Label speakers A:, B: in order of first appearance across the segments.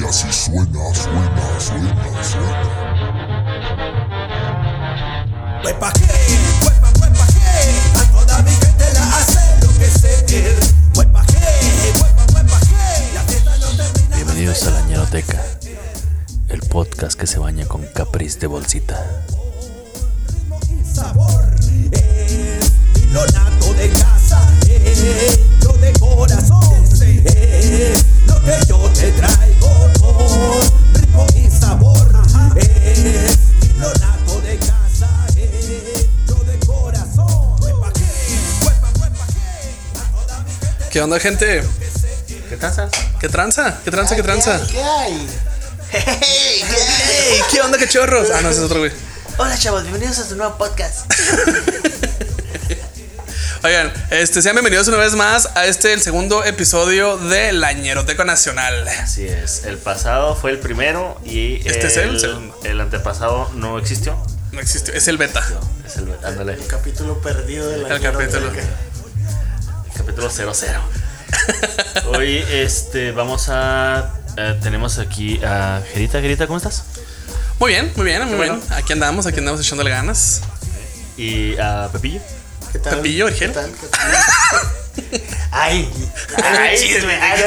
A: Y así suena, suena, suena, suena.
B: Huepa que, huepa, huepa que, pues a toda mi gente la hace lo que se Pues Huepa que, huepa, huepa que, pues la fiesta no termina.
C: Bienvenidos a la ñeroteca, el podcast que se baña con capriz de bolsita.
B: sabor es lo nato de casa es lo de corazón es lo que yo te traigo con ritmo y sabor es lo nato de casa es lo de corazón Huepa que, huepa, huepa que, a toda mi gente
D: ¿Qué onda, gente?
E: ¿Qué tazas?
D: ¿Qué tranza? ¿Qué tranza? ¿Qué tranza?
E: Ah, ¿Qué hay? Hey, ¿qué hay?
D: ¡Ey! ¿Qué onda, qué chorros? Ah, no, ese es otro güey.
E: Hola chavos, bienvenidos a su nuevo podcast.
D: Oigan, este, sean bienvenidos una vez más a este, el segundo episodio de La Ñeroteca Nacional.
E: Así es, el pasado fue el primero y
D: Este es el segundo.
E: el antepasado no existió.
D: No existe, es el beta.
E: Es el, ándale, el
F: capítulo perdido de la
D: El capítulo.
E: capítulo 00. Hoy este vamos a eh, tenemos aquí a Gerita, Gerita, ¿cómo estás?
D: Muy bien, muy bien, muy bien.
E: bueno.
D: Aquí andamos, aquí andamos echándole ganas.
E: Y a Pepillo.
F: ¿Qué tal?
D: Pepillo, Orgel.
F: ¿Qué tal? ¿Qué tal? Ay,
E: Ay,
F: ay,
E: chisme.
F: ay,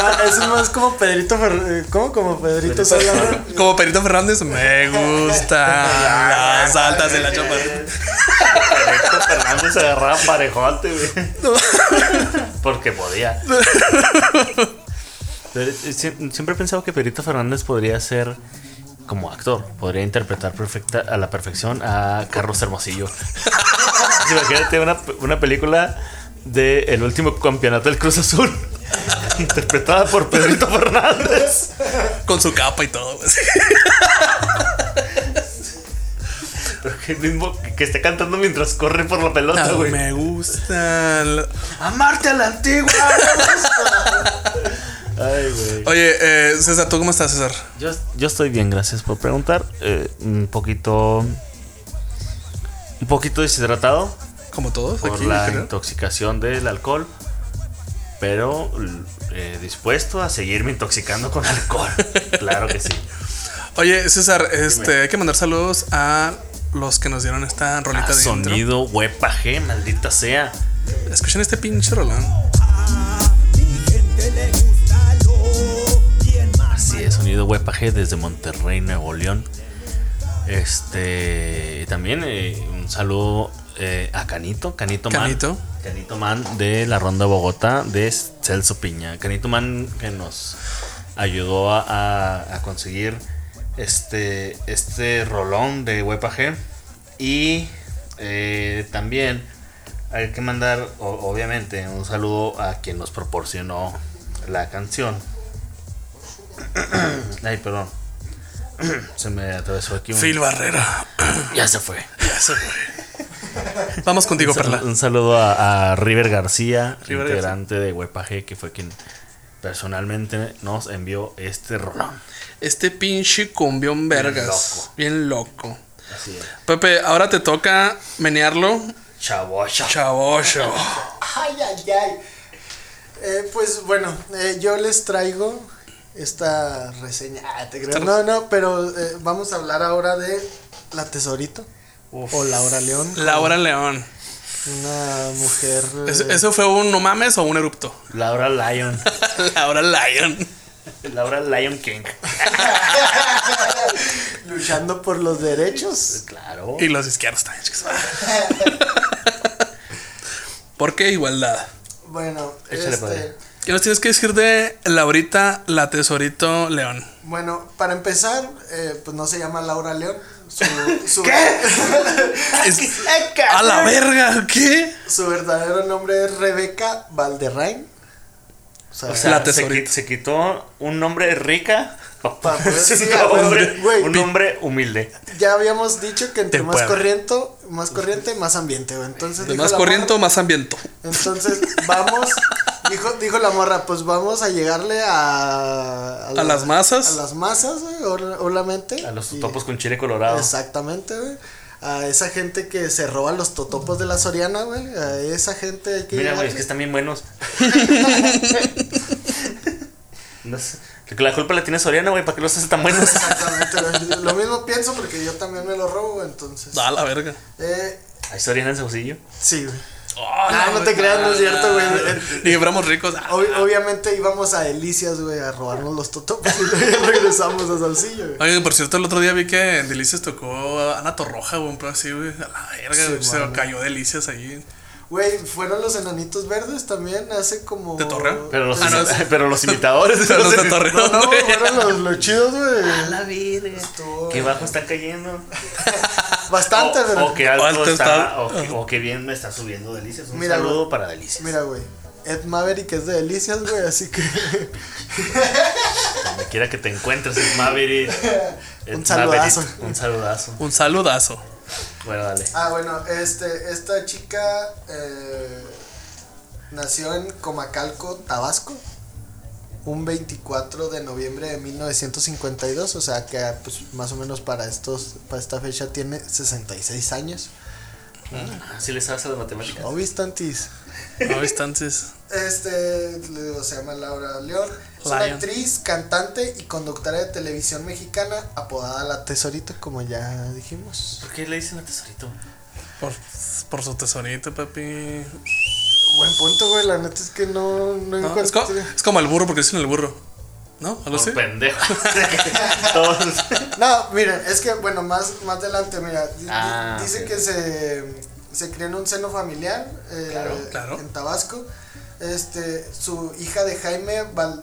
F: no, es más como Pedrito Fer- eh, ¿Cómo? Como Pedrito Sola.
D: Como Perito Fernández, me gustan las altas de la chaparra.
E: Perfecto, Fernández se agarraba parejote, güey. Porque podía. Pero, eh, sie- Siempre he pensado que Pedrito Fernández podría ser como actor, podría interpretar perfecta, a la perfección a Carlos Hermosillo. Sí, Imagínate una, una película de El último campeonato del Cruz Azul, interpretada por Pedrito Fernández.
D: Con su capa y todo. güey.
E: Pero que, mismo, que esté cantando mientras corre por la pelota, Ah, güey.
D: me gustan. la-
F: Amarte a la antigua.
E: Ay, güey.
D: Oye, eh, César, ¿tú cómo estás, César?
E: Yo, yo estoy bien, gracias por preguntar. Eh, un poquito. Un poquito deshidratado
D: Como todos
E: por
D: aquí,
E: la
D: creo.
E: intoxicación del alcohol. Pero l- eh, dispuesto a seguirme intoxicando con alcohol. claro que sí.
D: Oye, César, este, hay que mandar saludos a los que nos dieron esta rolita
E: Ah,
D: de intro.
E: sonido huepa G, maldita sea.
D: Escuchen este pinche rolón.
B: a mi gente le gusta lo bien más
E: Así es, sonido huepa G desde Monterrey, Nuevo León. Este. y También eh, un saludo eh, a Canito, Canito Man.
D: Canito.
E: Canito Man de la Ronda Bogotá de Celso Piña. Canito Man que nos ayudó a, a- a conseguir este, este rolón de Huepa G. Y eh, también hay que mandar, o- obviamente, un saludo a quien nos proporcionó la canción. Ay, perdón. Se me atravesó aquí un...
D: Phil Barrera.
E: Ya se fue.
D: Vamos contigo,
E: Un sal-
D: Perla.
E: Un saludo a, a River García,
D: River
E: integrante de Huepaje, que fue quien personalmente nos envió este rolón.
D: Este pinche cumbión vergas.
E: loco.
D: Bien loco.
E: Así es.
D: Pepe, ahora te toca menearlo.
E: Chavo, chavo.
D: Chavocho.
F: Ay, ay, ay. Eh, pues bueno, eh, yo les traigo esta reseña. Ah, te creo.
D: Esta
F: No, no, pero eh, vamos a hablar ahora de La Tesorito. O Laura León.
D: Laura León.
F: Una mujer.
D: ¿Es-
F: eh,
D: ¿Eso fue un no mames o un erupto?
E: Laura Lion.
D: Laura Lion.
E: Laura Lion King.
F: luchando por los derechos.
E: Claro.
D: Y los izquierdos también, chicos. ¿Por qué igualdad?
F: Bueno,
E: Échale,
F: este,
E: padre.
D: ¿Qué nos tienes que decir de Laurita, la tesorito León?
F: bueno, para empezar, eh, pues no se llama Laura León. Su, su-
D: Es- ¡A la verga! ¿Qué?
F: su verdadero nombre es Rebeca Valderrain. O sea,
E: O sea,
D: La
E: se,
D: tesorita.
E: qui- se quitó un nombre rica pa- pa-
F: Pa- pues,
E: un
F: sí,
E: nombre-
F: güey.
E: un nombre humilde.
F: ya habíamos dicho que entre
D: Te
F: más
D: puedo.
F: corriente, más corriente, más ambiente. güey. Entonces,
D: De
F: dijo
D: más
F: la
D: corriente o
F: morra-
D: más ambiento.
F: Entonces, vamos. Dijo, dijo la morra, pues vamos a llegarle a...
D: ¿A las masas?
F: A las masas, güey, hol- holamente.
E: A los
F: Y-
E: topos con chile colorado.
F: Exactamente, güey. A esa gente que se roba los totopos de la Soriana, güey. A esa gente hay que
E: Mira, güey,
F: llegarle.
E: es que están bien buenos. No sé, La culpa la tiene Soriana, güey, ¿para qué los hace tan buenos?
F: Exactamente, lo- lo mismo pienso porque yo también me lo robo, entonces.
D: A la verga.
F: Eh,
E: ¿Hay Soriana en Saucillo?
F: sí, güey.
D: Ah,
F: Ah, no te creas, no es cierto, güey.
D: Ni que fuéramos ricos. Ah,
F: Ob- obviamente íbamos a Delicias, güey, a robarnos los totopos y luego regresamos a Salsillo, güey.
D: Oye, por cierto, el otro día vi que en Delicias tocó a Ana Torroja, güey, un pedo así, güey. A la verga,
F: Sí,
D: güey, se
F: mano.
D: cayó Delicias ahí.
F: Güey, fueron los enanitos verdes también hace como.
D: ¿De Torreón?
E: Pero los,
D: Ah, no,
E: imi-
D: es-
E: pero los imitadores.
D: Pero los
E: no sé.
D: de Torreón.
F: No, no, fueron los, los chidos, güey.
E: La virgen.
F: Estuvo-
E: Que bajo está cayendo.
F: Bastante,
E: o,
F: pero.
E: o que alto,
D: Alto
E: está,
D: está-
E: O, que, o que bien me está subiendo Delicias. Un
F: Mira,
E: saludo
F: güey.
E: para Delicias.
F: Mira, güey. Ed Maverick es de Delicias, güey, así que.
E: Donde quiera que te encuentres, es Maverick. Es
F: Un saludazo.
E: Maverick, Un saludazo.
D: Un saludazo.
E: Bueno, dale.
F: Ah, bueno, este, esta chica eh, nació en Comacalco, Tabasco, un 24 de noviembre de 1952, o sea que pues, más o menos para estos, para esta fecha tiene 66 años.
E: Si les haces las matemáticas.
F: ¿No viste antes?
D: No distantes.
F: Este, le digo, se llama Laura León. Es una
D: Lion.
F: actriz, cantante y conductora de televisión mexicana, apodada La Tesorita, como ya dijimos.
E: ¿Por qué le dicen a tesorito?
D: Por, por su tesorito, papi.
F: Buen punto, güey, la neta es que no, no,
D: No, es,
F: encuentro...
D: como, es como el burro, porque dicen el burro. ¿No? ¿Algo
E: Por
D: así?
E: pendejo. Todos.
F: No, miren, es que, bueno, más, más adelante, mira, di- di-
E: Ah,
F: dice
E: ok.
F: que se, se crió en un seno familiar eh,
E: Claro,
D: claro.
F: en Tabasco. Este, su hija de Jaime Val,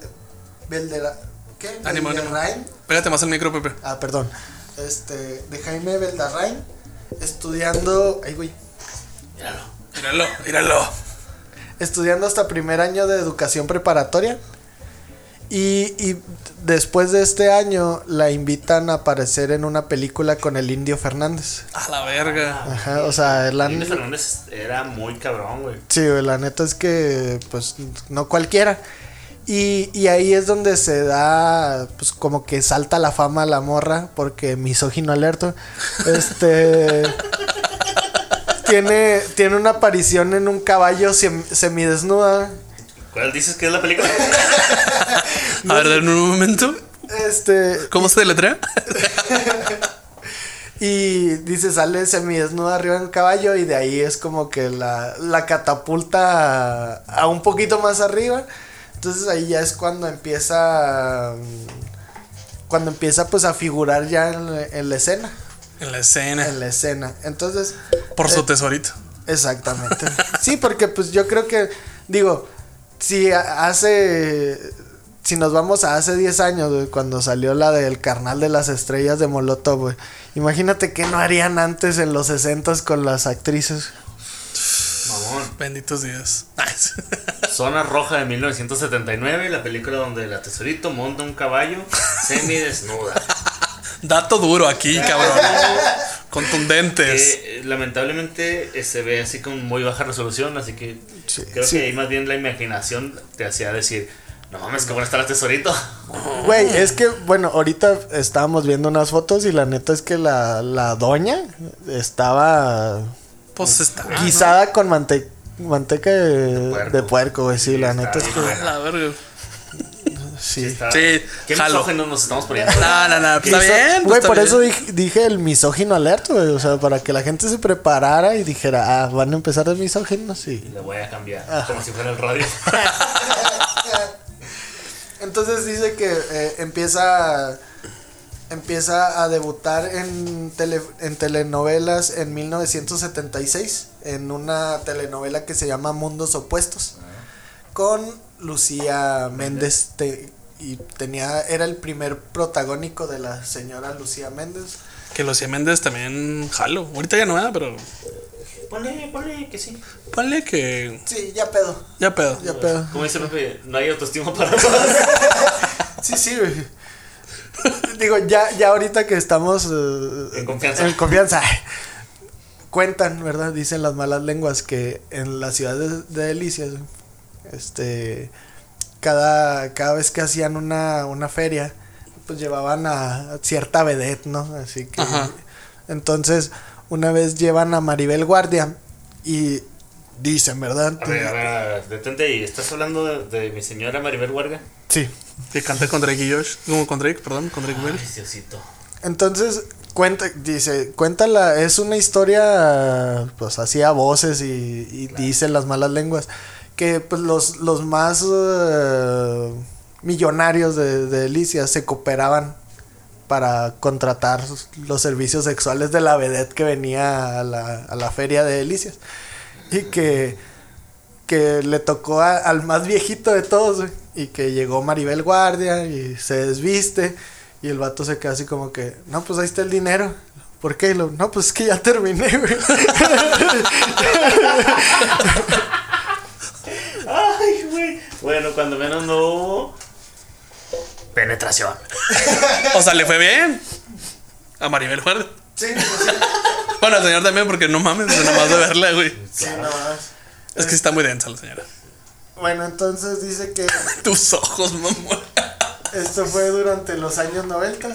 F: Veldera- ¿qué?
D: Ánimo, ánimo.
F: Valderrain.
D: Pégate más al micro, Pepe.
F: Ah, perdón. Este, de Jaime Beldarrain, estudiando, ay, güey,
E: Míralo.
D: Míralo, míralo.
F: estudiando hasta primer año de educación preparatoria. Y, y después de este año la invitan a aparecer en una película con el Indio Fernández.
D: A la verga.
F: Ajá, o sea, la,
E: Luis Fernández era muy cabrón, güey.
F: sí, güey, la neta es que, pues, no cualquiera. Y, y ahí es donde se da, pues, como que salta la fama a la morra, porque misógino alerto. Este. tiene, tiene una aparición en un caballo sem- semidesnuda.
E: ¿Cuál dices que es la película?
F: Ah,
D: A ver, en un momento.
F: Este.
D: ¿Cómo se deletrea?
F: Y dice, sale semidesnuda arriba en un caballo y de ahí es como que la, la catapulta a, a un poquito más arriba. Entonces ahí ya es cuando empieza... mm, Cuando empieza pues a figurar ya en, la- en la escena.
D: En la escena.
F: En la escena. Entonces...
D: Por su
F: eh,
D: tesorito.
F: Exactamente. Sí, porque pues yo creo que, digo, si a- hace, si nos vamos a hace 10 años, güey, cuando salió la del carnal de las estrellas de Molotov, güey, imagínate qué no harían antes en los 60 con las actrices.
E: Mamón.
D: Benditos días. Nice.
E: Zona Roja de 1979, la película donde la tesorito monta un caballo semidesnuda.
D: Dato duro aquí, cabrón. Contundentes.
E: Que, eh, lamentablemente eh, se ve así con muy baja resolución, así que
F: Sí,
E: creo
F: sí.
E: que ahí más bien la imaginación te hacía decir, no mames, que bueno está la tesorito.
F: Güey, es que, bueno, ahorita estábamos viendo unas fotos y la neta es que la, la doña estaba
D: Pues está. ¿no?
F: guisada con mante- manteca de,
E: puerco.
F: de puerco, güey, sí, la
E: Está
F: neta es
E: bien
F: que...
D: A la verga.
F: Sí.
E: Está-
D: Sí,
E: ¿Qué
D: jalo.
E: misógenos nos estamos poniendo?
D: No, no, no. Está
F: Eso-
D: bien. pues
F: Güey,
D: está
F: por
D: bien.
F: eso dij- dije el misógino alerta, güey. O sea, para que la gente se preparara y dijera, ah, van a empezar los misóginos
E: Y
F: y.
E: Le voy a cambiar, como si fuera el radio.
F: Entonces dice que eh, empieza. Empieza a debutar en, tele- en telenovelas en 1976, en una telenovela que se llama Mundos Opuestos, con Lucía Méndez. te- y tenía, era el primer protagónico de la señora Lucía Méndez.
D: Que los Méndez también jalo. Ahorita ya no, ¿verdad? pero
E: ponle, ponle que sí.
D: ponle que.
F: Sí, ya pedo.
D: Ya pedo.
F: Ya pedo.
E: Como dice Pepe, no hay autoestima para todos.
F: Sí, sí, güey. Digo, ya, ya ahorita que estamos. eh,
E: En confianza.
F: En confianza. Cuentan, ¿verdad? Dicen las malas lenguas que en la ciudad de, de Delicias, güey, este. Cada, cada vez que hacían una, una feria, pues llevaban a cierta vedette, ¿no? Así que.
D: Ajá.
F: Entonces, una vez llevan a Maribel Guardia y Dicen, ¿verdad?
E: A ver, a ver, a ver, detente ahí. ¿Estás hablando de, de mi señora Maribel Huarga?
F: Sí.
D: Que canta con Drake y Josh. Como con Drake, perdón, con Drake Bell.
E: Ay, Diosito.
F: Entonces, cuenta, dice, cuéntala, es una historia, pues así a voces y, y dicen las malas lenguas, que pues los, los más eh, millonarios de, de Elicia se cooperaban para contratar sus- los servicios sexuales de la vedette que venía a la, a la feria de Delicias. Y que, que le tocó a- al más viejito de todos, güey. Y que llegó Maribel Guardia y se desviste. Y el vato se queda así como que, no, pues ahí está el dinero. ¿Por qué? Y lo, no, pues es que ya terminé, güey.
E: Ay, güey. Bueno, cuando menos no hubo penetración.
D: O sea, le fue bien. A Maribel Juárez.
F: sí, pues sí,
D: Bueno, al señor también, porque no mames, nada más de verla, güey.
F: sí, no más.
D: Es que sí está muy densa la señora.
F: Bueno, entonces dice que
D: Tus ojos, mamón.
F: Esto fue durante los años 90.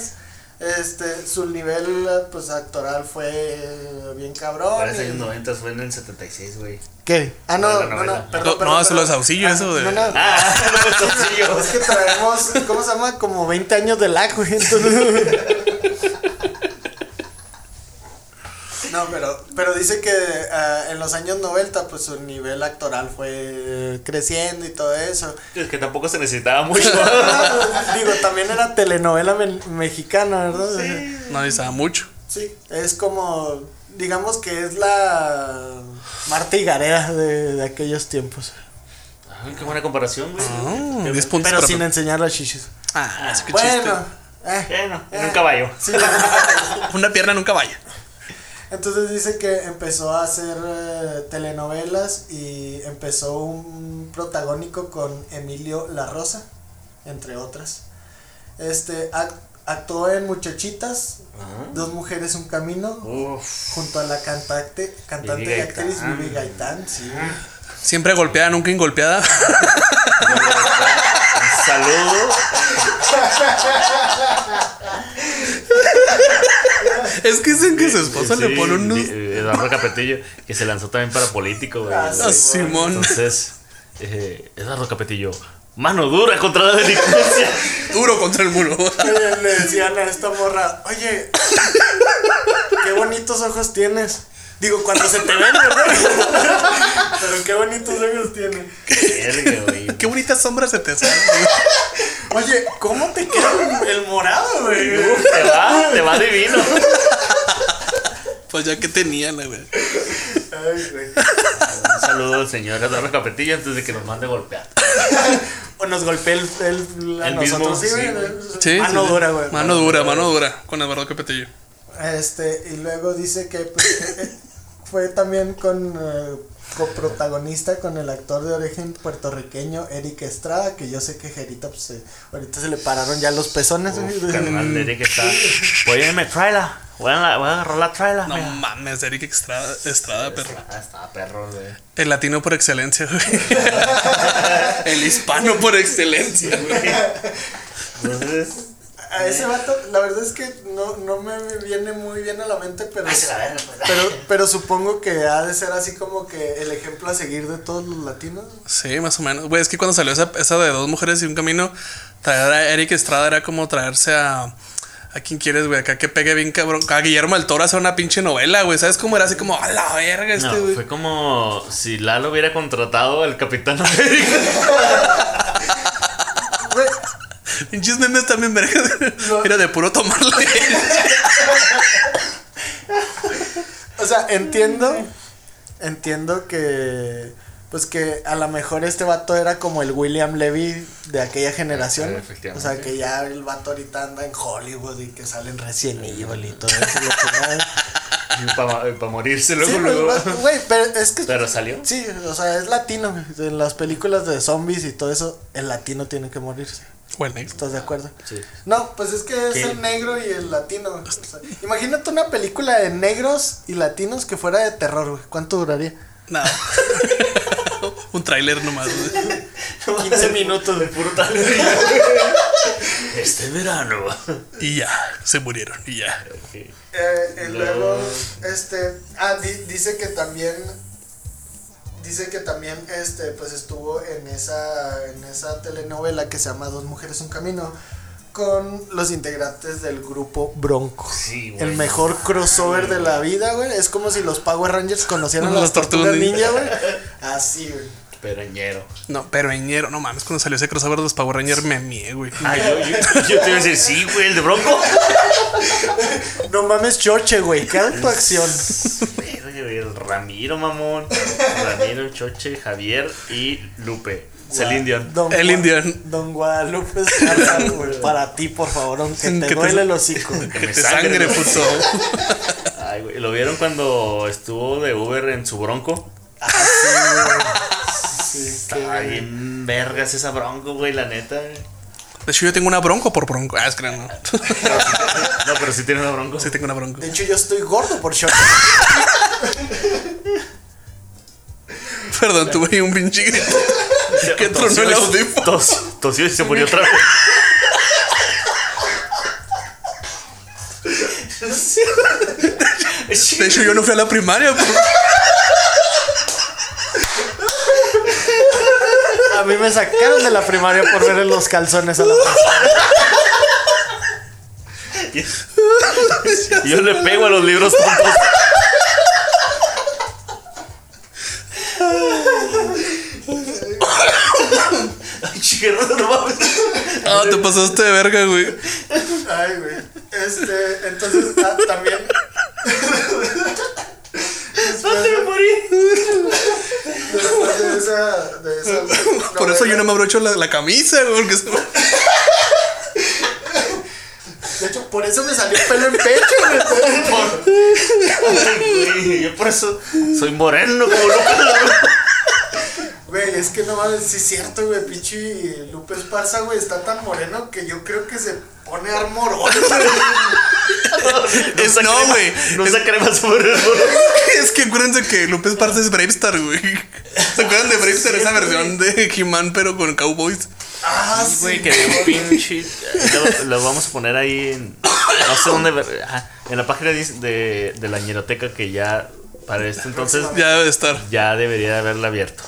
F: Este, su nivel pues actoral fue bien cabrón.
E: Para los
F: y-
E: años 90 fue en el 76, güey.
F: ¿Qué? Ah, no,
E: Novela,
F: no, no,
E: novela.
F: perdón,
D: No,
F: perdón,
D: no, eso lo
F: perdón.
D: desahucio, eso de-
F: No, no,
E: Ah, los calzoncillos.
F: es que traemos, ¿cómo se llama? Como 20 años de lag, güey. entonces- No, pero, pero dice que ah, en los años 90 pues su nivel actoral fue creciendo y todo eso.
E: Es que tampoco se necesitaba mucho.
F: Digo, también era telenovela men- mexicana, ¿verdad?
D: No necesitaba mucho.
F: Sí, es como, digamos que es la Marta Higareda de, de aquellos tiempos.
E: Ay, qué buena comparación, güey.
D: Ah,
E: Qué bueno.
D: 10 puntos
F: Pero
D: para-
F: sin enseñar las chichis.
D: Ah, es que chiste.
F: Bueno, eh,
E: Bueno, en un caballo.
F: sí.
D: Una pierna nunca vaya.
F: entonces dice que empezó a hacer eh, telenovelas y empezó un protagónico con Emilio La Rosa, entre otras. Este ac- actuó en Muchachitas,
E: Ah.
F: Dos Mujeres, Un Camino,
E: Uf.
F: junto a la cantante, cantante
E: Vivi
F: y actriz
E: Gaitán. Ah.
F: Vivi Gaitán, sí.
D: Siempre golpeada, nunca ingolpeada.
E: Un saludo.
D: es que dicen que su esposa
E: Sí,
D: le pone unos.
E: di- eh, Eduardo Capetillo, que se lanzó también para político, güey.
F: Ah,
D: Ah, Simón.
E: Entonces, eh, Eduardo Capetillo, mano dura contra la delincuencia.
D: Duro contra el muro.
F: Oye, le decían a esta morra, oye, qué bonitos ojos tienes. Digo, cuando se te ven, ¿verdad? Pero qué bonitos ojos tienes.
E: Verga, güey.
D: Qué bonita sombra se te sale.
F: Oye, ¿cómo te queda el morado, güey?
E: Uf, te va, te va divino.
D: Pues ya que tenía la güey.
F: Ay, güey.
E: Un saludo al señor Eduardo Capetillo antes de que nos mande golpear.
F: O nos golpea el, el- a
E: El mismo,
F: nosotros, sí,
E: sí,
F: güey.
D: Sí,
F: Mano
D: sí, sí.
F: dura, güey.
D: Mano dura, mano dura. Con Eduardo Capetillo.
F: Este, y luego dice que pues, eh, fue también con eh, coprotagonista con el actor de origen puertorriqueño Eric Estrada, que yo sé que Jerita pues eh, ahorita se le pararon ya los pezones.
E: Uf, carnal, desde que está. Voy a irme traila. Voy a, voy a agarrar la traila.
D: No
E: mira.
D: mames, Eric Estrada, Estrada, perro.
E: Ah, está perro, güey.
D: El latino por excelencia, güey. El hispano por excelencia, güey.
E: Entonces.
F: A ese vato, la verdad es que no, no me viene muy bien a la mente, pero,
E: Ay, se la verga, pues.
F: pero, pero supongo que ha de ser así como que el ejemplo a seguir de todos los latinos.
D: Sí, más o menos. Güey, es que cuando salió esa, esa de dos mujeres y un camino, traer a Eric Estrada era como traerse a. ¿A quién quieres, güey? Acá que pegue bien cabrón. A Guillermo del Toro hace una pinche novela, güey. ¿Sabes cómo era así como a la verga este,
E: No,
D: güey?
E: fue como si Lalo hubiera contratado al Capitán América.
F: Güey,
D: Pinches memes también, verga.
F: No.
D: Era de puro tomarle.
F: O sea, entiendo. Entiendo que. Pues que a lo mejor este vato era como el William Levy de aquella generación.
E: Ah, efectivamente.
F: O sea, que ya el vato ahorita anda en Hollywood y que salen recién Evil y todo eso. lo que era.
E: Para morirse luego,
F: Sí, pues,
E: luego.
F: va- güey, pero es que.
E: Pero salió.
F: Sí, o sea, es latino. güey. En las películas de zombies y todo eso, el latino tiene que morirse.
D: Güey, next.
F: ¿Estás de acuerdo?
E: Sí.
F: No, pues es que es
E: ¿Qué?
F: el negro y el latino. güey. O sea, imagínate una película de negros y latinos que fuera de terror, güey. ¿Cuánto duraría?
D: Nada. Un tráiler nomás, güey.
F: 15 minutos.
E: de puro tal. Este verano.
D: Y ya. Se murieron. Y ya.
F: Eh, y
E: No.
F: luego, este, ah, di- dice que también, Dice que también este pues estuvo en esa en esa telenovela que se llama Dos mujeres un camino con los integrantes del grupo Bronco.
E: Sí, güey.
F: El mejor crossover de la vida, güey. Es como si los Power Rangers conocieran a las tortugas ninja, güey. Así, güey.
E: Pereñero.
D: No, pero Ñero, no mames, cuando salió ese crossover de los Power Rangers me mié, güey.
E: Ah, yo, yo, yo te iba a decir, sí, güey, el de Bronco.
F: No mames, choche, güey. Cada tu acción.
E: Verga, güey, el Ramiro, mamón. Ramiro, Choche, Javier y Lupe. Celine Dion.
F: Don
D: El
F: Gua-
D: Indian.
F: Don Guadalupe Escarza, güey. Para ti, por favor, aunque
D: Que
F: te
D: te-
F: duele el hocico. güey.
E: Que
D: Que
E: me
D: te
E: sangre,
D: sangre,
E: güey.
D: puto.
E: Ay, güey. ¿Lo vieron cuando estuvo de Uber en su Bronco?
F: Ah, Sí, qué
E: Está bien vergas esa Bronco, güey, la neta.
D: De hecho, yo tengo una bronco por bronco. Ah, es que no.
E: No, pero sí tiene una Bronco.
D: Sí, tengo una bronco.
F: De hecho, yo estoy gordo por choque.
D: Perdón, tuve ahí un pinche grito. Que tronó el audífono.
E: Tos- Tosió y se murió otra vez.
D: De hecho, yo no fui a la primaria. pues.
F: A mí me sacaron de la primaria por ver los calzones a la
E: Y yo le pego a los libros tontos. Ay, chiquero, no mames.
D: Ah, te pasaste de verga, güey.
F: Ay, güey. Este, entonces ta- también. después, de, después de esa. De esa
D: Por eso yo no me abrocho la, la camisa, güey. Porque se-
F: De hecho, por eso me salió pelo en pecho, güey.
E: Ay, güey, Yo por eso soy moreno como loco.
F: Güey, es que no mames, sí es cierto, güey. Pichi Lupe Esparza, güey, está tan moreno que yo creo que se pone armorón.
D: Es- no, güey.
E: No usa crema sobre el moreno.
D: Es que acuérdense que López Parce es Bravestar, güey. ¿Se acuerdan de Bravestar? Esa versión de He-Man, pero con Cowboys.
F: Ah, sí.
E: Güey, que de pinche. Lo, lo vamos a poner ahí en. No sé dónde. ver- ah, En la página dis- de, de la ñeroteca que ya. Para este entonces.
D: Ya debe de estar.
E: Ya debería de haberla abierto.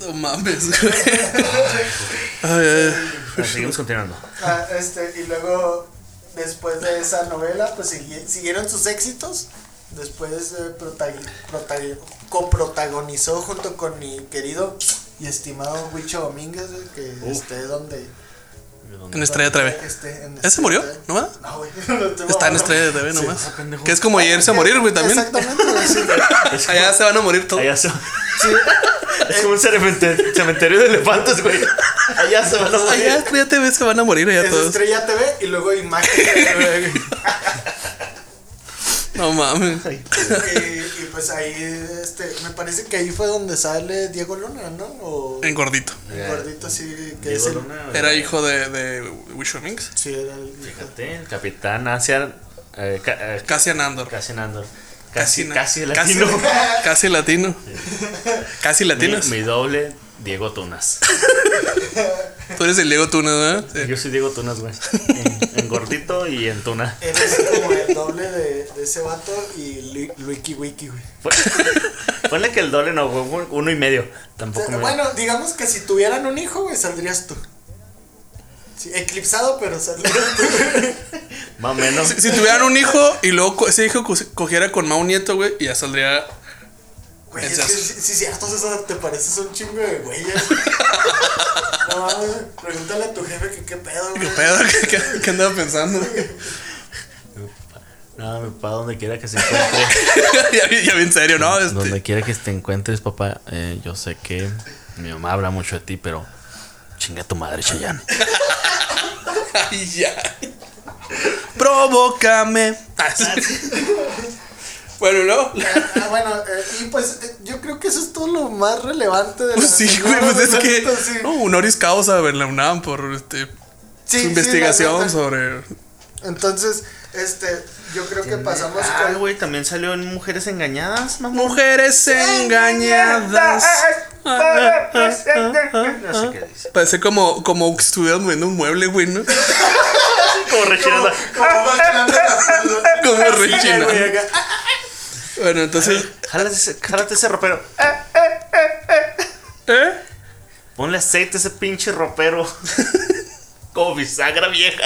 D: No mames, güey. Ay, ay.
E: Ah, Seguimos continuando.
F: Ah, este, y luego, después de esa novela, pues sigui- siguieron sus éxitos. Después eh, protagi- protagi- coprotagonizó junto con mi querido y estimado Huicho Domínguez, güey, que esté donde.
D: En Estrella TV.
F: donde esté, en
D: ¿Ese murió?
F: Estrella
D: ¿No va?
F: TV. No, güey. no te
D: Está en
F: mames.
D: Estrella TV
F: Sí.
D: nomás. Que es como irse a morir, güey, también.
F: Exactamente, güey, sí, güey.
D: Allá se van a morir todos.
E: Allá se. Es como un cementerio, cementerio de elefantes, güey. Allá se van a morir.
D: Allá Estrella TV se van a morir allá
F: Es
D: todos.
F: Estrella TV y luego Imagen TV, güey.
D: No mames.
F: y, y pues ahí, este, me parece que ahí fue donde sale Diego Luna, ¿no? O
D: En gordito.
F: el gordito así, que
E: Diego
F: es el-
E: Luna,
D: Era hijo de, de Wish Minx.
F: Sí, era el
E: Fíjate, el capitán Asia. Eh, ca- eh,
D: Casi Anandor.
E: casi Nando. Casi,
D: na-
E: casi
D: casi-
E: latino.
D: Casi latino. Casi
E: Mi,
D: latino.
E: mi doble, Diego Tunas.
D: Tú eres el Diego Tuna, ¿verdad? Sí.
E: Yo soy Diego Tunas, güey. En, en gordito y en tuna.
F: Eres como el doble de, de ese vato y Lu- Luiki Wiki, güey.
E: Pon- Ponle que el doble no, güey, un- uno y medio. Tampoco me.
F: Bueno, digamos que si tuvieran un hijo, güey, saldrías tú. Sí, eclipsado, pero saldrías tú.
E: Más o menos.
D: Si, si tuvieran un hijo y luego co- ese hijo co- cogiera con Mao Nieto, güey, y ya saldría.
F: Güey, es
D: Esas.
F: que si, si cierto, César, te pareces un chingo de güeyes. güey. No mames, pregúntale a tu jefe que qué pedo, güey.
D: ¿Qué pedo? ¿Qué, qué- qué andaba pensando?
E: No, mi papá, donde quiera que se encuentre.
D: ya, bien- ya bien serio, ¿no? Este,
E: Donde quiera que te encuentres, papá, eh, yo sé que mi mamá habla mucho de ti, pero chinga tu madre, Chayanne.
D: Ay, ya. Provócame. Ah, sí. bueno, ¿no?
F: Ah, bueno, eh, y pues eh, yo creo que eso es todo lo más relevante de la
D: Pues sí, güey, pues es que. No, un honoris causa de la UNAM por este, su investigación sobre.
F: Entonces, este, yo creo que pasamos
E: Ah,
F: con
E: güey, también salió en Mujeres Engañadas, mamá.
D: Mujeres engañadas.
E: No sé qué dice.
D: Parece como, como que estuvieran moviendo un mueble, güey, ¿no?
E: Como rechinando.
D: Como
F: Ay,
D: rechina.
F: güey, acá.
D: Bueno, entonces.
E: Jálate ese, jálate ese ropero.
D: ¿Eh?
E: Ponle aceite a ese pinche ropero. Como bisagra vieja.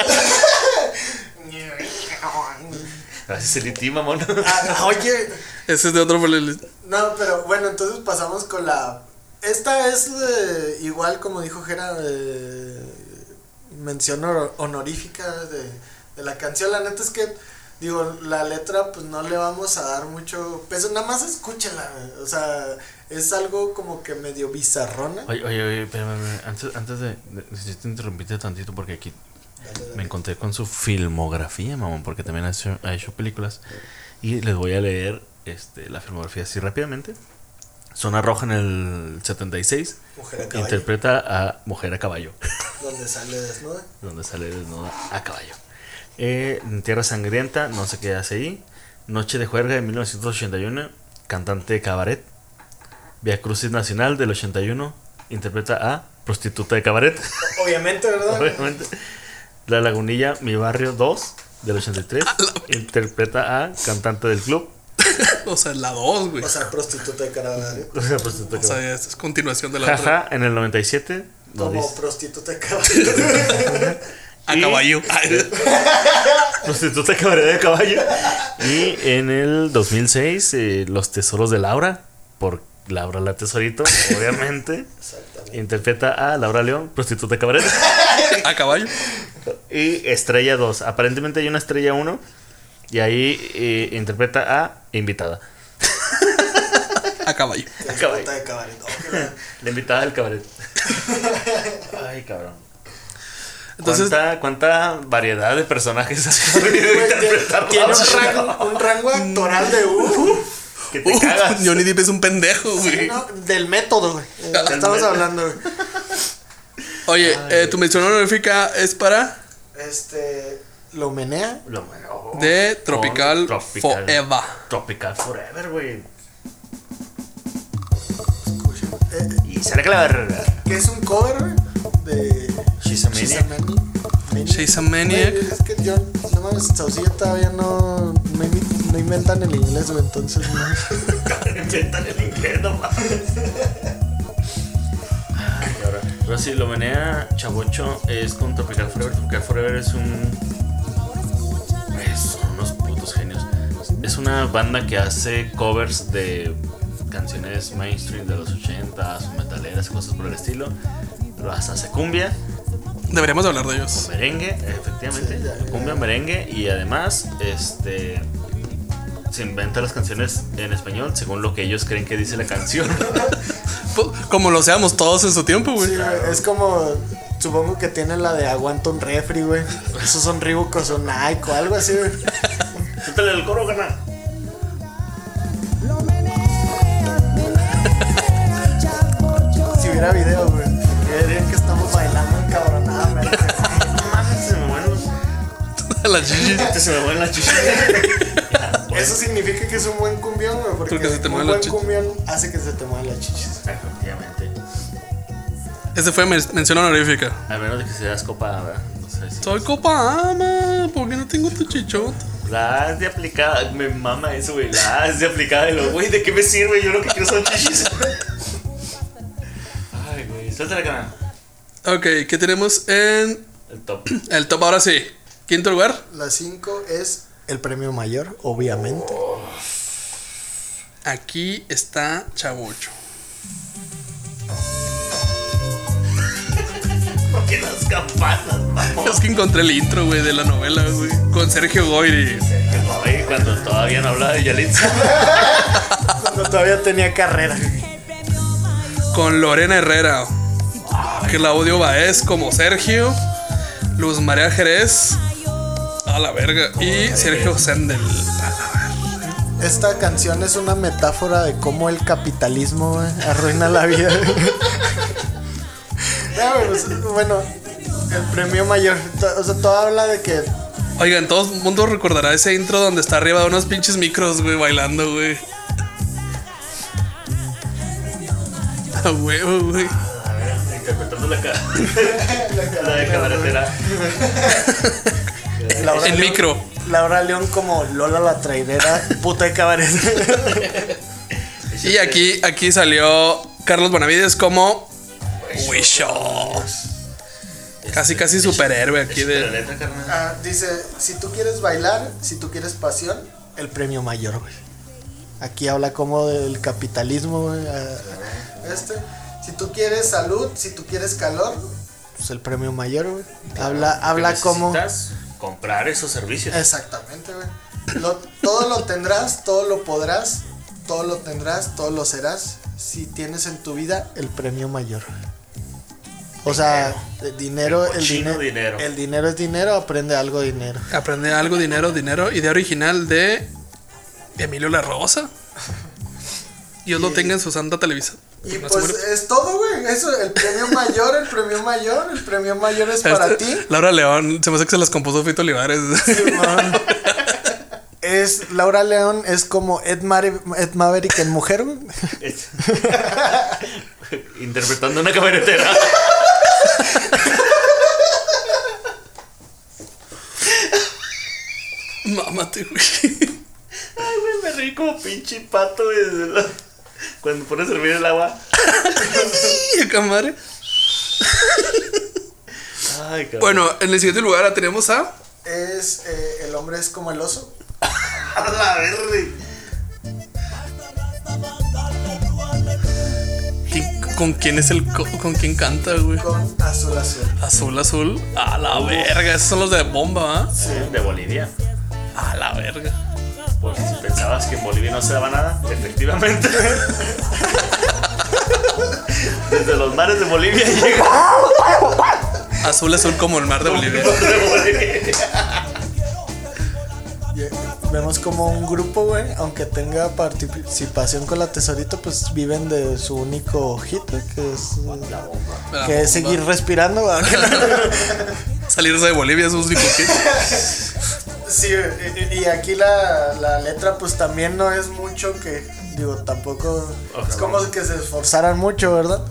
E: Así se litima, mono.
F: Ah, oye,
D: Ese es de otro playlist.
F: no, pero bueno, entonces pasamos con la. Esta es eh, igual, como dijo Jera, eh, mención hor- honorífica de, de la canción. La neta es que, digo, la letra, pues no le vamos a dar mucho peso. Nada más escúchala. O sea, es algo como que medio bizarrona.
E: Oye, oye, oye, espérame, espérame, antes, antes de, de- Si te interrumpiste tantito porque aquí me encontré con su filmografía, mamón, porque también ha hecho, ha hecho películas. Y les voy a leer este, la filmografía así rápidamente. Zona Roja en el 76.
F: Mujer a caballo,
E: Interpreta a Mujer a Caballo.
F: donde sale desnuda.
E: donde sale desnuda a caballo. Eh, en Tierra Sangrienta, no sé qué hace ahí. Noche de Juerga de 1981, cantante de cabaret. Via Crucis Nacional del 81, interpreta a prostituta de cabaret,
F: Obviamente, ¿verdad?
E: obviamente. La Lagunilla, Mi Barrio 2 del 83, interpreta a cantante del club.
D: O sea, la 2, güey.
F: O sea, prostituta de caballo.
E: O sea, prostituta de
D: O
E: cabaret.
D: sea, esta es continuación de la otra.
E: Jaja, en el 97, nos
F: Como
E: dice-
F: prostituta de caballo.
D: A
E: Y-
D: caballo.
E: prostituta de cabaret de caballo. Y en el 2006, eh, Los Tesoros de Laura, por Laura la Tesorito, obviamente.
F: Exactamente.
E: Interpreta a Laura León, pues, prostituta de cabaret.
D: A caballo.
E: Y Estrella 2. Aparentemente hay una Estrella 1. Y ahí eh, interpreta a Invitada.
D: A caballo.
F: Prostituta de caballo. No, que la-
E: La invitada del cabaret. Ay, cabrón.
D: Entonces-
E: ¿Cuánta, cuánta variedad de personajes has podido interpretar?
F: Tiene un
E: Laura?
F: rango, un rango actoral de uh,
E: Que te
D: Uh,
E: cagas.
D: Johnny Depp es un pendejo, güey.
F: ¿no? del método, güey. Eh, Estamos hablando, güey.
D: Oye, eh, tu mención honorífica es para
F: Este. Lo menea.
E: Lo mejor.
D: de
E: oh,
D: Tropical, Forever.
E: Tropical Forever, güey.
F: eh,
E: Y sale que la verdad.
F: que es un cover, güey. De.
E: She's a
F: She's
E: Maniac.
F: Maniac.
D: She's a Maniac.
F: Güey, Es que yo. No mames, Saucillo todavía no. No, imi- no inventan el inglés, güey. Entonces, no.
E: Inventan el inglés, no mames. Pero sí, lo menea Chavocho es con Tropical Forever. Tropical Forever es un. es- son unos putos genios. Es una banda que hace covers de canciones mainstream de los 80s, metaleras, cosas por el estilo. Las hace cumbia.
D: Deberíamos de hablar de ellos.
E: merengue, efectivamente, cumbia merengue y además este se inventa las canciones en español según lo que ellos creen que dice la canción.
D: Po- Como lo seamos todos en su tiempo, güey.
F: Sí, güey, es como. Supongo que tiene la de aguanta un refri, güey. Esos son ribucos o Nike o algo así, güey.
E: Súbele el coro, gana.
F: Si hubiera video, güey. Verían que estamos bailando encabronada, güey.
E: No mames, se me mueven los-
D: La Gigi.
E: se me mueven las chichis.
F: Eso significa que es un buen cumbión, güey. Porque,
D: Porque se te
F: un
D: mueven las
F: buen
D: chichis.
F: cumbión hace que se te muevan las chichis.
E: Efectivamente.
D: Ese fue men- mención honorífica.
E: A menos de que seas copada, ¿verdad? no sé si.
D: Soy copa ama, ¿por qué no tengo tu chichota?
E: La has de aplicada, me mama eso, güey. La has de aplicada y lo, güey, ¿de qué me sirve? Yo lo que quiero son chichis. Ay, güey, suéltale, gana.
D: Ok, ¿qué tenemos en
E: El top.
D: el top ahora sí? Quinto lugar.
F: La 5 es el premio mayor, obviamente.
D: Aquí está Chavocho.
E: Que las campanas, mamón.
D: Es que encontré el intro, güey, de la novela, güey. Con Sergio Goyri.
E: Ay, cuando todavía no hablaba de Yalitza.
F: Cuando todavía tenía carrera.
D: Con Lorena Herrera. Claudio Baez como Sergio. Luz María Jerez. A la verga. Y Sergio Sendel.
F: Esta canción es una metáfora de cómo el capitalismo güey, arruina la vida. Ya, güey, pues, bueno, el premio mayor. to- O sea, todo habla de que
D: Oigan, todo el mundo recordará ese intro donde está arriba de unos pinches micros, güey, bailando, güey. A huevo, güey.
E: A ver, interpretando la, ca- la de cabaretera.
F: Laura
D: En
F: León-
D: micro.
F: Laura León como Lola la traidera, puta de cabaret.
D: Y aquí, aquí salió Carlos Bonavides como Wisho. Casi, casi superhéroe aquí
E: La
D: de.
E: neta, carnal.
F: Ah, dice, si tú quieres bailar, si tú quieres pasión, el premio mayor, güey. Aquí habla como del capitalismo, güey. ah, este, si tú quieres salud, si tú quieres calor, pues el premio mayor, güey. Habla,
E: Porque
F: habla como...
E: necesitas comprar esos servicios.
F: Exactamente, güey. Lo- todo lo tendrás, todo lo podrás, todo lo tendrás, todo lo serás. Si tienes en tu vida el premio mayor. O sea, el dinero,
E: El
F: el,
E: cochino
F: dine-
E: dinero.
F: El dinero es dinero, aprende algo de dinero.
D: Aprende algo, dinero, dinero. Idea original de Emilio La Rosa. Dios lo tenga en su santa televisa.
F: Y
D: No se
F: pues
D: muere.
F: es todo, güey. Eso, el premio mayor, el premio mayor, el premio mayor es para
D: Este-
F: ti.
D: Laura León, se me hace que se las compuso Fito Olivares.
F: Simón. Es Laura León es como Ed, Mare- Ed Maverick en mujer, güey.
E: Es- Interpretando una camionetera.
D: Mámate, güey.
E: Ay, güey, me reí como pinche pato güey, desde la- cuando pone a servir el agua.
D: Acá, madre.
E: Ay, cabrón.
D: Bueno, en el siguiente lugar la tenemos a.
F: Es eh, el hombre es como el oso.
E: a la verde.
D: ¿quién- ¿Con quién es el. co- con quién canta, güey?
F: Con azul azul.
D: Azul, azul. A la verga. Esos son los de bomba, ¿ah?
E: De Bolivia.
D: A la verga.
E: Por si pensabas que en Bolivia no se daba nada, efectivamente. Desde los mares de Bolivia llega
D: Azul, azul como el mar de Bolivia.
E: de Bolivia.
F: Vemos como un grupo, güey, aunque tenga participación con la tesorito, pues viven de su único hit, güey, que es, eh,
D: La
F: que
D: bomba.
F: es seguir respirando. güey.
D: Salirse de Bolivia es un único que.
F: Sí, güey, y y aquí la, la letra pues también no es mucho que, digo, tampoco es como que se esforzaran mucho, ¿verdad?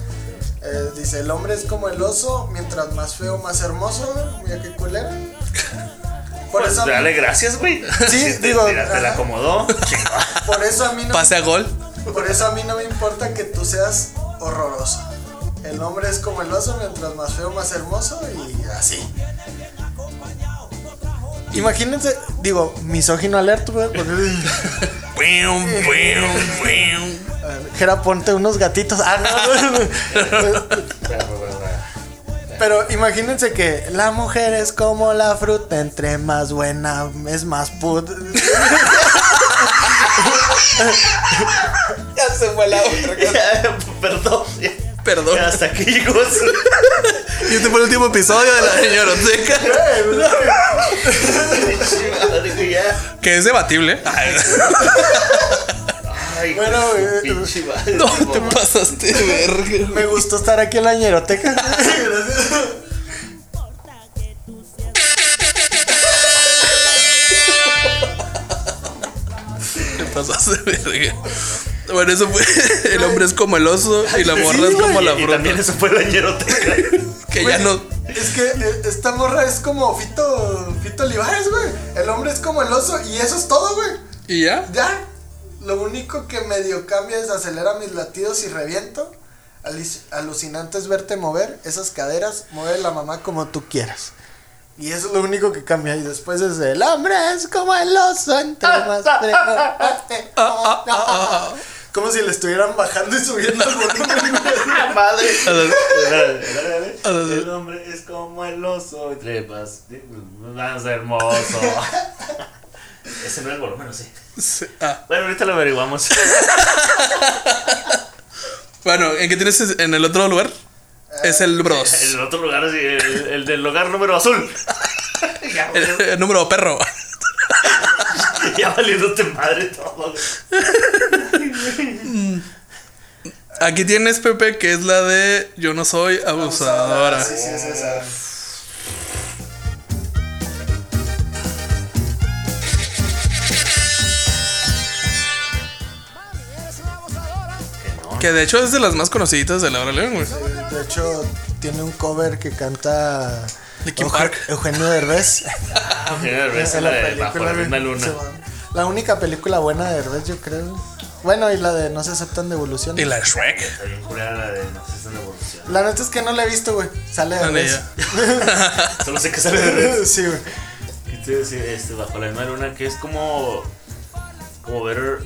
F: Eh, dice, el hombre es como el oso, mientras más feo, más hermoso, güey, mira qué culera. Por
E: Pues
F: eso, a
E: dale
F: mí,
E: gracias, güey.
F: Sí,
E: Si te-
F: digo,
E: Mira, te la
F: ajá.
E: acomodó. chingón.
F: por eso a mí no
D: Pase a gol.
F: Por eso a mí no me importa que tú seas horroroso. El hombre es como el oso, mientras más feo, más hermoso y así. Imagínense, digo, misógino alert, güey. porque-
D: Pium, pium, pium.
F: A ver, Jera, ponte unos gatitos. Ah, no. Pero imagínense que la mujer es como la fruta, entre más buena es más put.
D: Ya se fue la otra.
E: Ya, Perdón. ya.
D: Perdón.
E: Ya, hasta aquí llegó su-
D: Y este fue el último episodio de la señoroteca.
E: Madre, güey, ya.
D: Que es debatible. Ay,
E: Ay,
F: Bueno,
E: su
F: eh,
E: pinche madre.
D: no te pasaste, de verga.
F: Me gustó estar aquí en la ñeroteca. Gracias.
D: Te pasaste, de verga. Bueno, eso fue. El hombre es como el oso y la morra es como la
E: Y
D: fruta.
E: también eso fue la ñeroteca.
D: Que ya no.
F: Es que eh, esta morra es como Fito, Fito Olivares, güey. El hombre es como el oso y eso es todo, güey.
D: ¿Y ya?
F: Ya. Lo único que medio cambia es acelera mis latidos y reviento. Alic- alucinante es verte mover esas caderas, mueve la mamá como tú quieras. Y eso es lo único que cambia. Y después es el hombre es como el oso entre más.
D: ah,
F: como si le estuvieran bajando y subiendo el volumen.
E: Madre. El hombre es como el oso. Y trepas. Más hermoso. Ese no es el volumen, ¿o sí.
D: Sí. Ah.
E: Bueno, ahorita lo averiguamos.
D: Bueno, ¿en qué tienes en el otro lugar? Es el número 2.
E: El otro lugar, así, el, el del lugar número azul. ya, güey,
D: El, el número perro.
E: ya valiéndote madre todo. güey.
D: Aquí tienes, Pepe, que es la de Yo no soy abusadora.
F: Sí, sí, es esa.
D: Que de hecho es de las más conocidas de Laura León, güey.
F: Eh, De hecho, tiene un cover que canta
D: Linkin
F: Euge-
D: Park.
F: Eugenio Derbez.
E: Ah, mira, esa es la de bajo la misma luna.
F: Sí, man. La única película buena de Derbez, yo creo. Bueno, y la de No se aceptan devoluciones.
D: Y la de Shrek.
E: Está bien culera la de No sé si es de evolución.
F: La neta es que no la he visto, güey. Sale de
D: Sale
F: vez.
E: Solo sé que sale de red.
F: sí, güey.
E: ¿Qué te iba a decir? Este, bajo la misma luna, que es como. Como ver.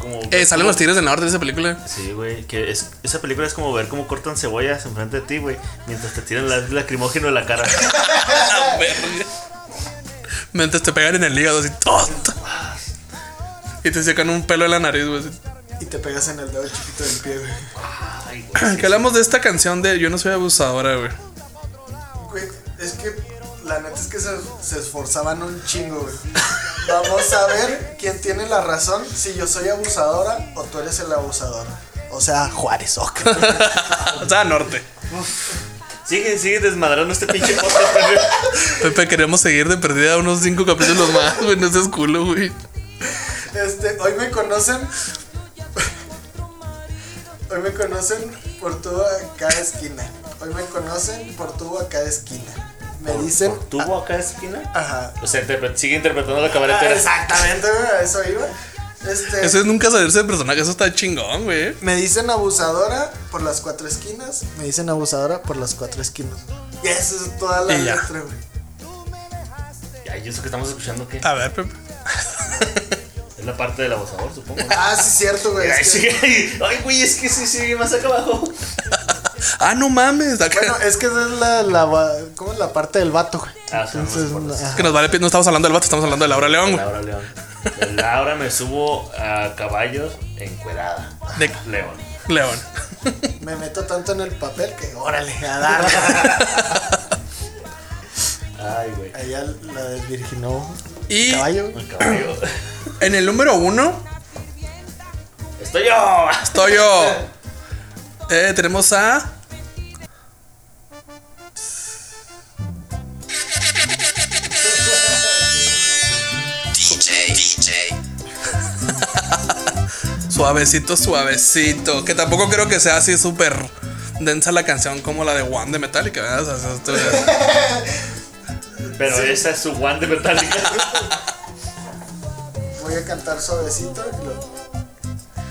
E: Como
D: Eh, salen los Tigres del Norte de esa película.
E: Sí, güey. Que es, esa película es como ver cómo cortan cebollas enfrente de ti, güey. Mientras te tiran la- lacrimógeno de la cara.
D: Mientras te pegan en el hígado así, tonto. Y te sacan un pelo de la nariz, güey. así.
F: Y te pegas en el dedo chiquito del pie, güey.
E: Ay, güey.
D: Que hablamos de esta canción de Yo no soy abusadora, güey.
F: Güey, es que la neta es que se, se esforzaban un chingo, güey. Vamos a ver quién tiene la razón, si yo soy abusadora o tú eres el abusador. O sea, Juárez, ok.
D: o sea, norte.
E: Sigue, sigue desmadrando este pinche podcast, güey.
D: Pepe, queremos seguir de perdida unos cinco capítulos más, güey. No seas culo, güey.
F: Este, hoy me conocen. Hoy me conocen por tu a cada esquina. Hoy me conocen por tu a cada esquina. Me dicen.
E: ¿Tuvo acá esquina?
F: Ajá.
E: O sea, interpre- sigue interpretando la
F: Ah,
E: cabaretera.
F: exactamente, güey, a eso iba. Este.
D: Eso es nunca salirse de personaje, eso está chingón, güey.
F: Me dicen abusadora por las cuatro esquinas. Me dicen abusadora por las cuatro esquinas. Y eso es toda la
D: Y ya.
F: letra, güey.
E: Ay, ¿y eso que estamos escuchando qué?
D: A ver, Pepe.
E: Es la parte del abusador, supongo.
F: Ah, sí, cierto, güey. es
E: Ay,
F: que-
E: sigue ahí. Ay, güey, es que sí sigue más acá abajo.
D: Ah, no mames. acá-
F: Bueno, es que esa es la, la, va- ¿cómo? la parte del vato, güey.
E: Ah, sí,
F: Entonces,
E: no me acuerdo.
F: ajá.
D: Que nos vale, pi- no estamos hablando del vato, estamos hablando de Laura León, güey.
E: Laura León. Laura me subo a caballos encuerada.
D: De
E: León.
D: León.
F: me meto tanto en el papel que órale, a darle.
E: Ay, güey.
F: Allá la desvirginó
D: Y-
F: caballo.
E: Un caballo.
D: En el número uno,
E: Estoy yo.
D: estoy yo. Eh, tenemos a. Suavecito, suavecito. Que tampoco creo que sea así súper densa la canción como la de One de Metallica, ¿verdad? O sea, esto-
E: Pero esa es su guante de Metallica.
F: Voy a cantar suavecito. y lo-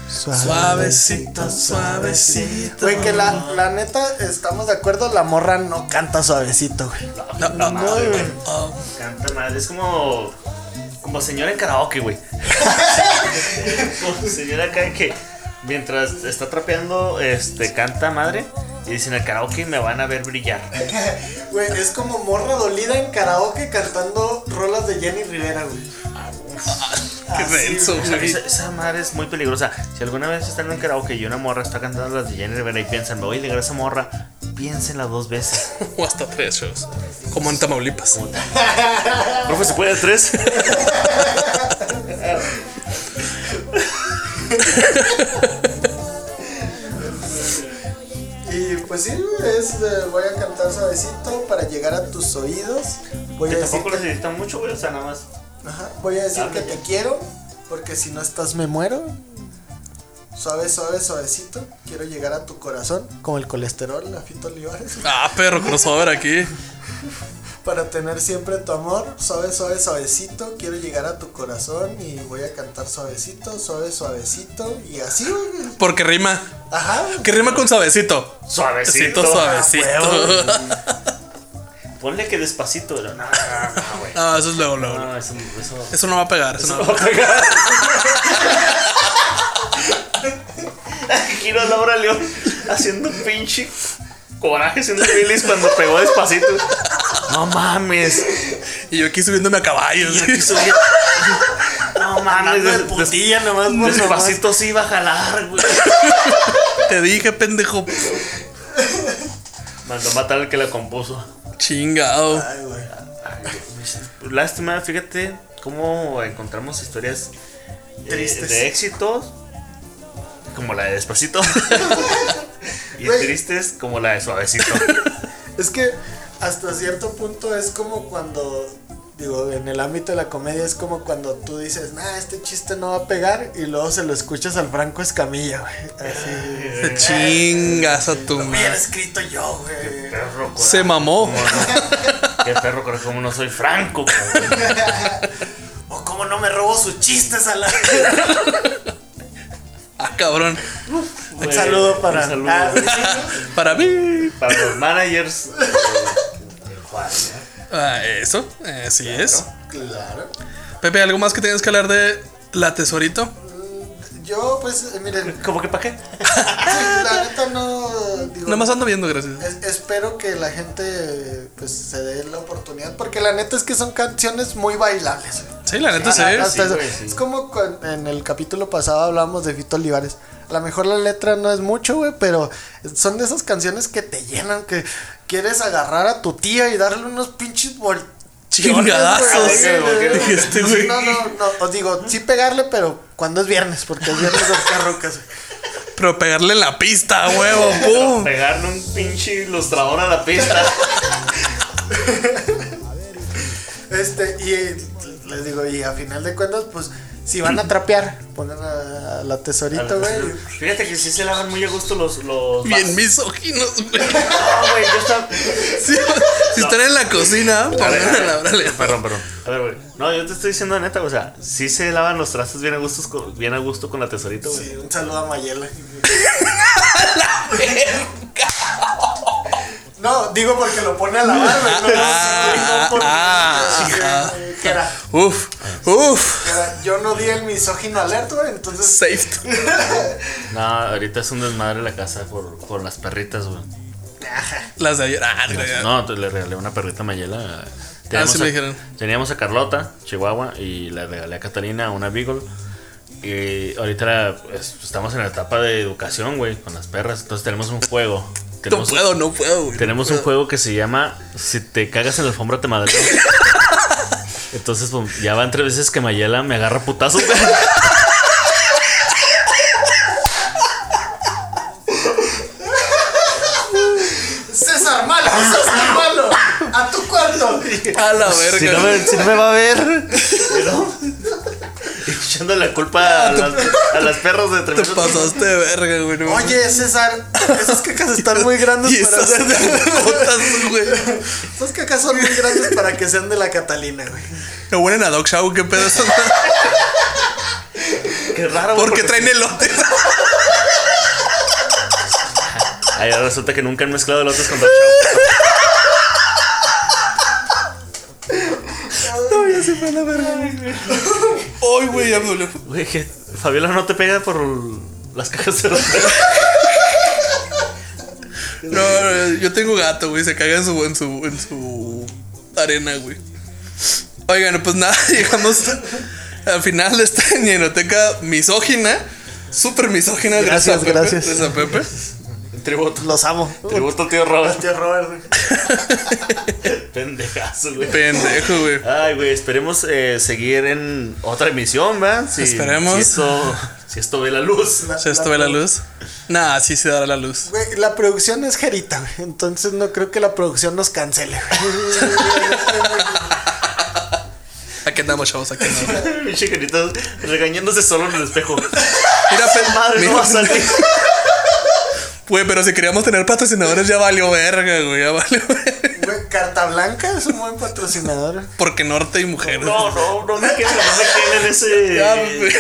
D: Suavecito, suavecito.
F: Güey, que la, la neta, estamos de acuerdo, la morra no canta suavecito, güey.
E: No, no,
F: No,
E: madre,
F: güey.
E: güey.
D: Oh,
E: Canta madre. Es como. Como señora en karaoke, güey. como señora acá que mientras está trapeando, este, canta madre. Y dicen el karaoke me van a ver brillar.
F: Güey, es como morra dolida en karaoke cantando rolas de Jenny Rivera, güey.
D: Qué
F: Así,
D: denso,
E: O sea,
D: güey.
E: esa, esa madre es muy peligrosa. Si alguna vez están en un karaoke y una morra está cantando las de Jenny Rivera y piensan, me voy a ligar a esa morra, piénsenla dos veces.
D: O hasta tres shows. Como en Tamaulipas.
E: Profe, ¿se puede tres?
F: Y pues sí, güey, es, eh, voy a cantar suavecito para llegar a tus oídos. Voy
E: Que
F: a decir,
E: tampoco lo necesita mucho, güey. O sea, nada más.
F: ajá, voy a decir que te quiero, porque si no estás me muero. Suave, suave, suavecito. Quiero llegar a tu corazón, como el colesterol, la Fito Olivares.
D: Ah, perro crossover aquí.
F: Para tener siempre tu amor, suave, suave, suavecito. Quiero llegar a tu corazón y voy a cantar suavecito, suave, suavecito. Y así, güey.
D: Porque rima.
F: Ajá.
D: Que rima con suavecito.
E: Suavecito.
D: Suavecito, Ah, suavecito.
E: Ah, Ponle que despacito, pero no, no, no, güey.
D: Ah, eso es luego, luego.
E: No, eso. eso...
D: Eso no va a pegar. Eso no va a
E: Giro Laura León haciendo un pinche coraje, haciendo bilis cuando pegó despacito. No mames.
D: pegar. Y yo aquí subiéndome a caballo.
E: No mames.
F: de
E: des- des- Despacito sí iba a jalar, güey.
D: Te dije, pendejo.
E: Mandó matar al que la compuso.
D: Chingado.
F: Ay, güey.
E: Lástima, fíjate cómo encontramos historias eh,
F: Tristes.
E: de éxitos, como la de Despacito, y
F: Güey.
E: tristes como la de Suavecito.
F: Es que hasta cierto punto es como cuando, digo, en el ámbito de la comedia es como cuando tú dices, nah, este chiste no va a pegar y luego se lo escuchas al Franco Escamilla, güey. Así.
D: Te chingas a tu
F: Bien
D: madre.
F: escrito yo, güey.
E: Perro, coraje,
D: Se mamó.
E: cómo no. Qué perro, coraje, como no soy franco. cabrón.
F: O cómo no me robo sus chistes a la...
D: Ah, cabrón.
F: Un saludo para.
E: Un saludo.
F: Ah,
D: Para mí.
E: Para los managers.
D: Ah, eso, así es.
F: claro.
D: Pepe, ¿algo más que tengas que hablar de la tesorito?
F: Yo, pues, eh, miren,
E: ¿Cómo que para qué?
F: la neta no. Digo,
D: Nada más ando viendo, gracias.
F: es- espero que la gente pues se dé la oportunidad. Porque la neta es que son canciones muy bailables. güey.
D: Sí, la neta sí.
F: Hasta eso.
E: güey, sí.
F: Es como cuan- en el capítulo pasado hablábamos de Fito Olivares. A lo mejor la letra no es mucho, güey, pero son de esas canciones que te llenan, que quieres agarrar a tu tía y darle unos pinches vol-
D: Chingadazos.
F: Sí, güey.
D: Dije, este güey.
F: No, no, no. Os digo, sí pegarle, pero cuando es viernes, porque es viernes de buscar rucas, güey.
D: Pero pegarle en la pista, huevo, pum.
E: Pegarle un pinche ilustrador a la pista.
F: Este, y eh, les digo, y a final de cuentas, pues, si van a trapear, pongan a, a la tesorito, güey.
E: Fíjate que sí se lavan muy a gusto los. los
D: Bien misóginos, güey.
E: No, güey, yo estaba.
D: Sí, si están en la cocina, pongan la órale.
E: Perdón, perdón. A ver, güey. No, yo te estoy diciendo la neta, güey, o sea, sí se lavan los trastes bien a, gustos con- bien a gusto con la tesorito, güey.
F: Sí, un saludo a Mayela. No, digo porque lo pone a lavar, güey. No,
D: Ah,
F: no, porque-
D: ah,
F: sí,
D: ah.
F: eh, que era-
D: Uf, uf.
F: que era- Yo no di el misógino alerta, güey, entonces
D: Safe.
E: No, ahorita es un desmadre la casa por, por las perritas, güey.
D: Las de ayer. Ah, güey.
E: No, te- le regalé una perrita a Mayela.
D: Ah, sí me
E: a-
D: dijeron.
E: teníamos a Carlota, Chihuahua, y le regalé a Catalina una Beagle. Y ahorita la- pues, estamos en la etapa de educación, güey, con las perras. Entonces tenemos un juego.
D: no
E: Tenemos,
D: puedo, no puedo, güey.
E: tenemos un juego que se llama Si te cagas en la alfombra te madreo. Entonces, pues, ya van tres veces que Mayela me agarra putazos, güey.
F: César Malo, César Malo, a tu cuarto.
D: A la
E: Si no,
D: verga.
E: me, si no me va a ver. ¿no? Echando la culpa a las, a las perras de
D: Te
E: tremendos.
D: pasaste de verga, güey. no.
F: Oye, César, esas cacas están muy
D: Y
F: grandes para
D: esas
F: hacer.
D: botas, güey.
F: Esas cacas son muy grandes para que sean de la Catalina, güey.
D: No huelen a Dog Show, qué pedo.
E: Qué raro, güey,
D: Porque traen elotes.
E: Ahí resulta que nunca han mezclado elotes con Dog Chow.
D: Ay, güey, ya me dolió.
E: Güey, que Fabiola no te pega por las cajas de los
D: No, no, no, yo tengo gato, güey. Se caga en su, en su, en su arena, güey. Oigan, pues nada, llegamos al final de esta ñenoteca misógina. Súper misógina.
F: Gracias,
D: a Pepe,
F: gracias.
D: Gracias a Pepe.
E: Tributo.
F: Los amo.
E: Tributo, tío Robert.
F: Tío Robert, güey.
E: Pendejazo, güey.
D: Pendejo, güey.
E: Ay, güey, esperemos eh, seguir en otra emisión, ¿verdad? Si,
D: Esperemos.
E: Si esto, si esto ve la luz.
D: ¿Se esto ve la luz? Nah, sí se dará la luz.
F: Güey, la producción es jerita, güey. Entonces no creo que la producción nos cancele, güey.
D: Aquí andamos, chavos, aquí andamos.
E: Mi chiquitito regañándose solo en el espejo.
D: Mira, Pepe.
E: Madre, no va a salir.
D: Güey, pero si queríamos tener patrocinadores ya valió verga, güey. Ya valió verga.
F: Güey, Carta Blanca es un buen patrocinador.
D: Porque norte y mujeres.
E: No, no, no me queden, no me queden en ese.
D: Ya, güey.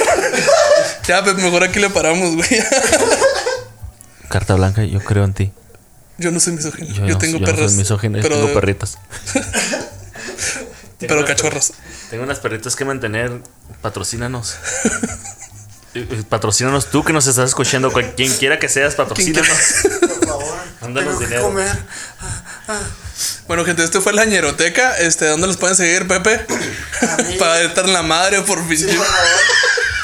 D: ya, pues mejor aquí le paramos, güey.
C: Carta blanca, yo creo en ti.
D: Yo no soy misógino. Yo,
C: Yo, no-
D: tengo
C: yo no soy
D: perros.
C: misógino, yo
D: pero,
C: tengo perritas.
D: Pero cachorros.
E: Tengo unas perritas que mantener. Patrocínanos. Eh, eh, Patrocínanos tú que nos estás escuchando, cual- quien quiera que seas, patrocínanos.
F: Por favor.
E: Mándanos
F: Tengo que
E: dinero.
F: comer.
D: Bueno, gente, este fue la ñeroteca. Este, ¿dónde los pueden seguir, Pepe?
F: A mí.
D: Para estar en la madre, por fin.
F: Sí, por favor.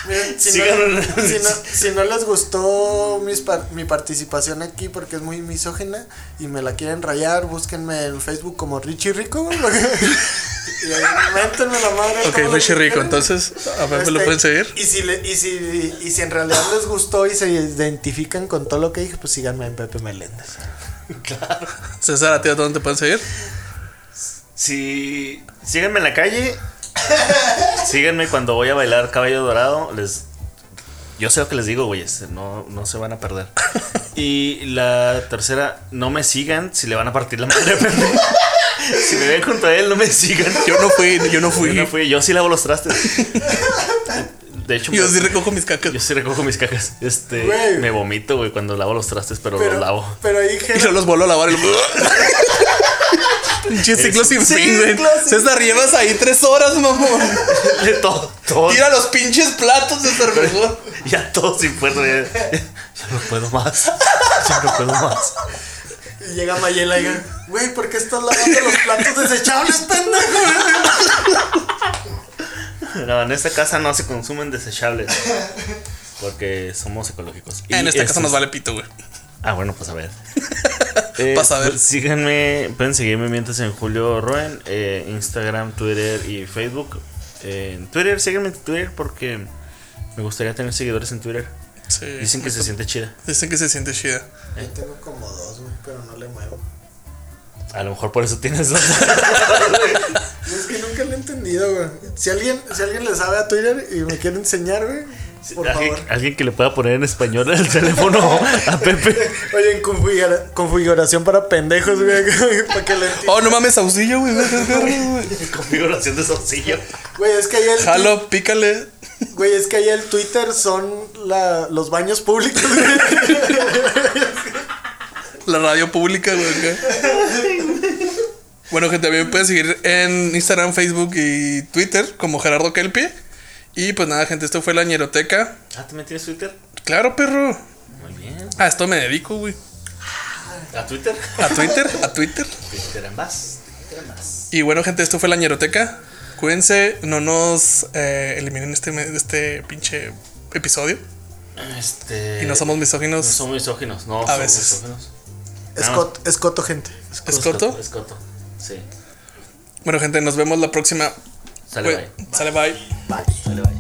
F: Miren, si, no,
E: Síganos.
F: si no- si no les gustó mis par- mi participación aquí porque es muy misógina y me la quieren rayar, búsquenme en Facebook como Richie Rico. güey. y ahí métanme la madre.
D: ok,
F: todo lo
D: Richie
F: que
D: Rico.
F: quieran.
D: Entonces, a Pepe lo
F: Este,
D: pueden seguir.
F: Y si, le- y, si, y si en realidad les gustó y se identifican con todo lo que dije, pues síganme en Pepe Meléndez.
D: César, ¿a ti a dónde te pueden seguir?
E: Si. Síganme en la calle. Síganme cuando voy a bailar Caballo Dorado. Les. Yo sé lo que les digo, güeyes. No, no se van a perder. Y la tercera, no me sigan si le van a partir la madre. a Pepe. si me ven junto a él, no me sigan.
D: Yo no fui, yo no fui.
E: Yo no fui, yo sí lavo los trastes. de hecho,
D: Yo
E: me-
D: sí recojo mis cacas.
E: yo sí recojo mis cajas. Este,
F: Güey.
E: me vomito, güey, cuando lavo los trastes, pero, los
F: Pero,
E: lavo.
F: pero ahí
D: Y yo
F: Jera,
D: los vuelvo a lavar. y luego- Pinche ciclo sin fin, güey.
F: Ciclo sin
D: César, llevas ahí tres horas, mamón.
E: De todo, todo.
D: Tira los pinches platos, César, mejor.
E: Ya todo sin puerto. Ya, ya- ya no puedo más. Ya no puedo más.
F: y llega Mayela y diga, güey, ¿por qué estás lavando los platos desechables, pendejo?
E: No, en esta casa no se consumen desechables. Porque somos ecológicos. Y
D: En esta
E: este-
D: casa nos vale pito, güey.
E: Ah, bueno, pues a ver.
D: Vas a ver.
E: pues, síganme, pueden seguirme mientras en Julio Roen, eh, Instagram, Twitter y Facebook. Eh, en Twitter, síganme en Twitter porque me gustaría tener seguidores en Twitter.
D: Sí.
E: Dicen que se siente chida.
D: Dicen que se siente chida.
F: Yo tengo como dos, güey, pero no le muevo.
E: A lo mejor por eso tienes dos.
F: Y es que nunca lo he entendido, güey. Si alguien, si alguien le sabe a Twitter y me quiere enseñar, güey, por
E: alguien,
F: favor.
E: alguien que le pueda poner en español el teléfono a Pepe.
F: Oye, en configura- configuración para pendejos, güey, para que le entiendan.
D: Oh, no mames, auxilio, güey. Vete, vete, güey.
E: Configuración de saucillo.
F: Güey, es que ahí el,
D: Jalo, pícale.
F: güey, es que ahí el Twitter son la- los baños públicos, güey.
D: La radio pública, güey. acá. Bueno, gente, también me pueden seguir en Instagram, Facebook y Twitter como Gerardo Kelpie. Y pues nada, gente, esto fue la ñeroteca.
E: Ah, ¿también tienes Twitter?
D: Claro, perro.
E: Muy bien.
D: A esto me dedico, güey.
E: ¿A Twitter?
D: A Twitter, a Twitter.
E: Twitter en más. Twitter en más.
D: Y bueno, gente, esto fue la ñeroteca. Cuídense, no nos eh, eliminen este, me- este pinche episodio.
E: Este.
D: Y no somos
E: No
D: misóginos.
E: somos misóginos, no.
D: A
E: somos
D: veces.
E: misóginos.
F: Escot- escoto, gente.
D: ¿Escoto?
E: Escoto. Sí.
D: Bueno, gente, nos vemos la próxima.
E: Sale
D: Güey,
E: bye.
D: Sale, bye.
E: Sale bye.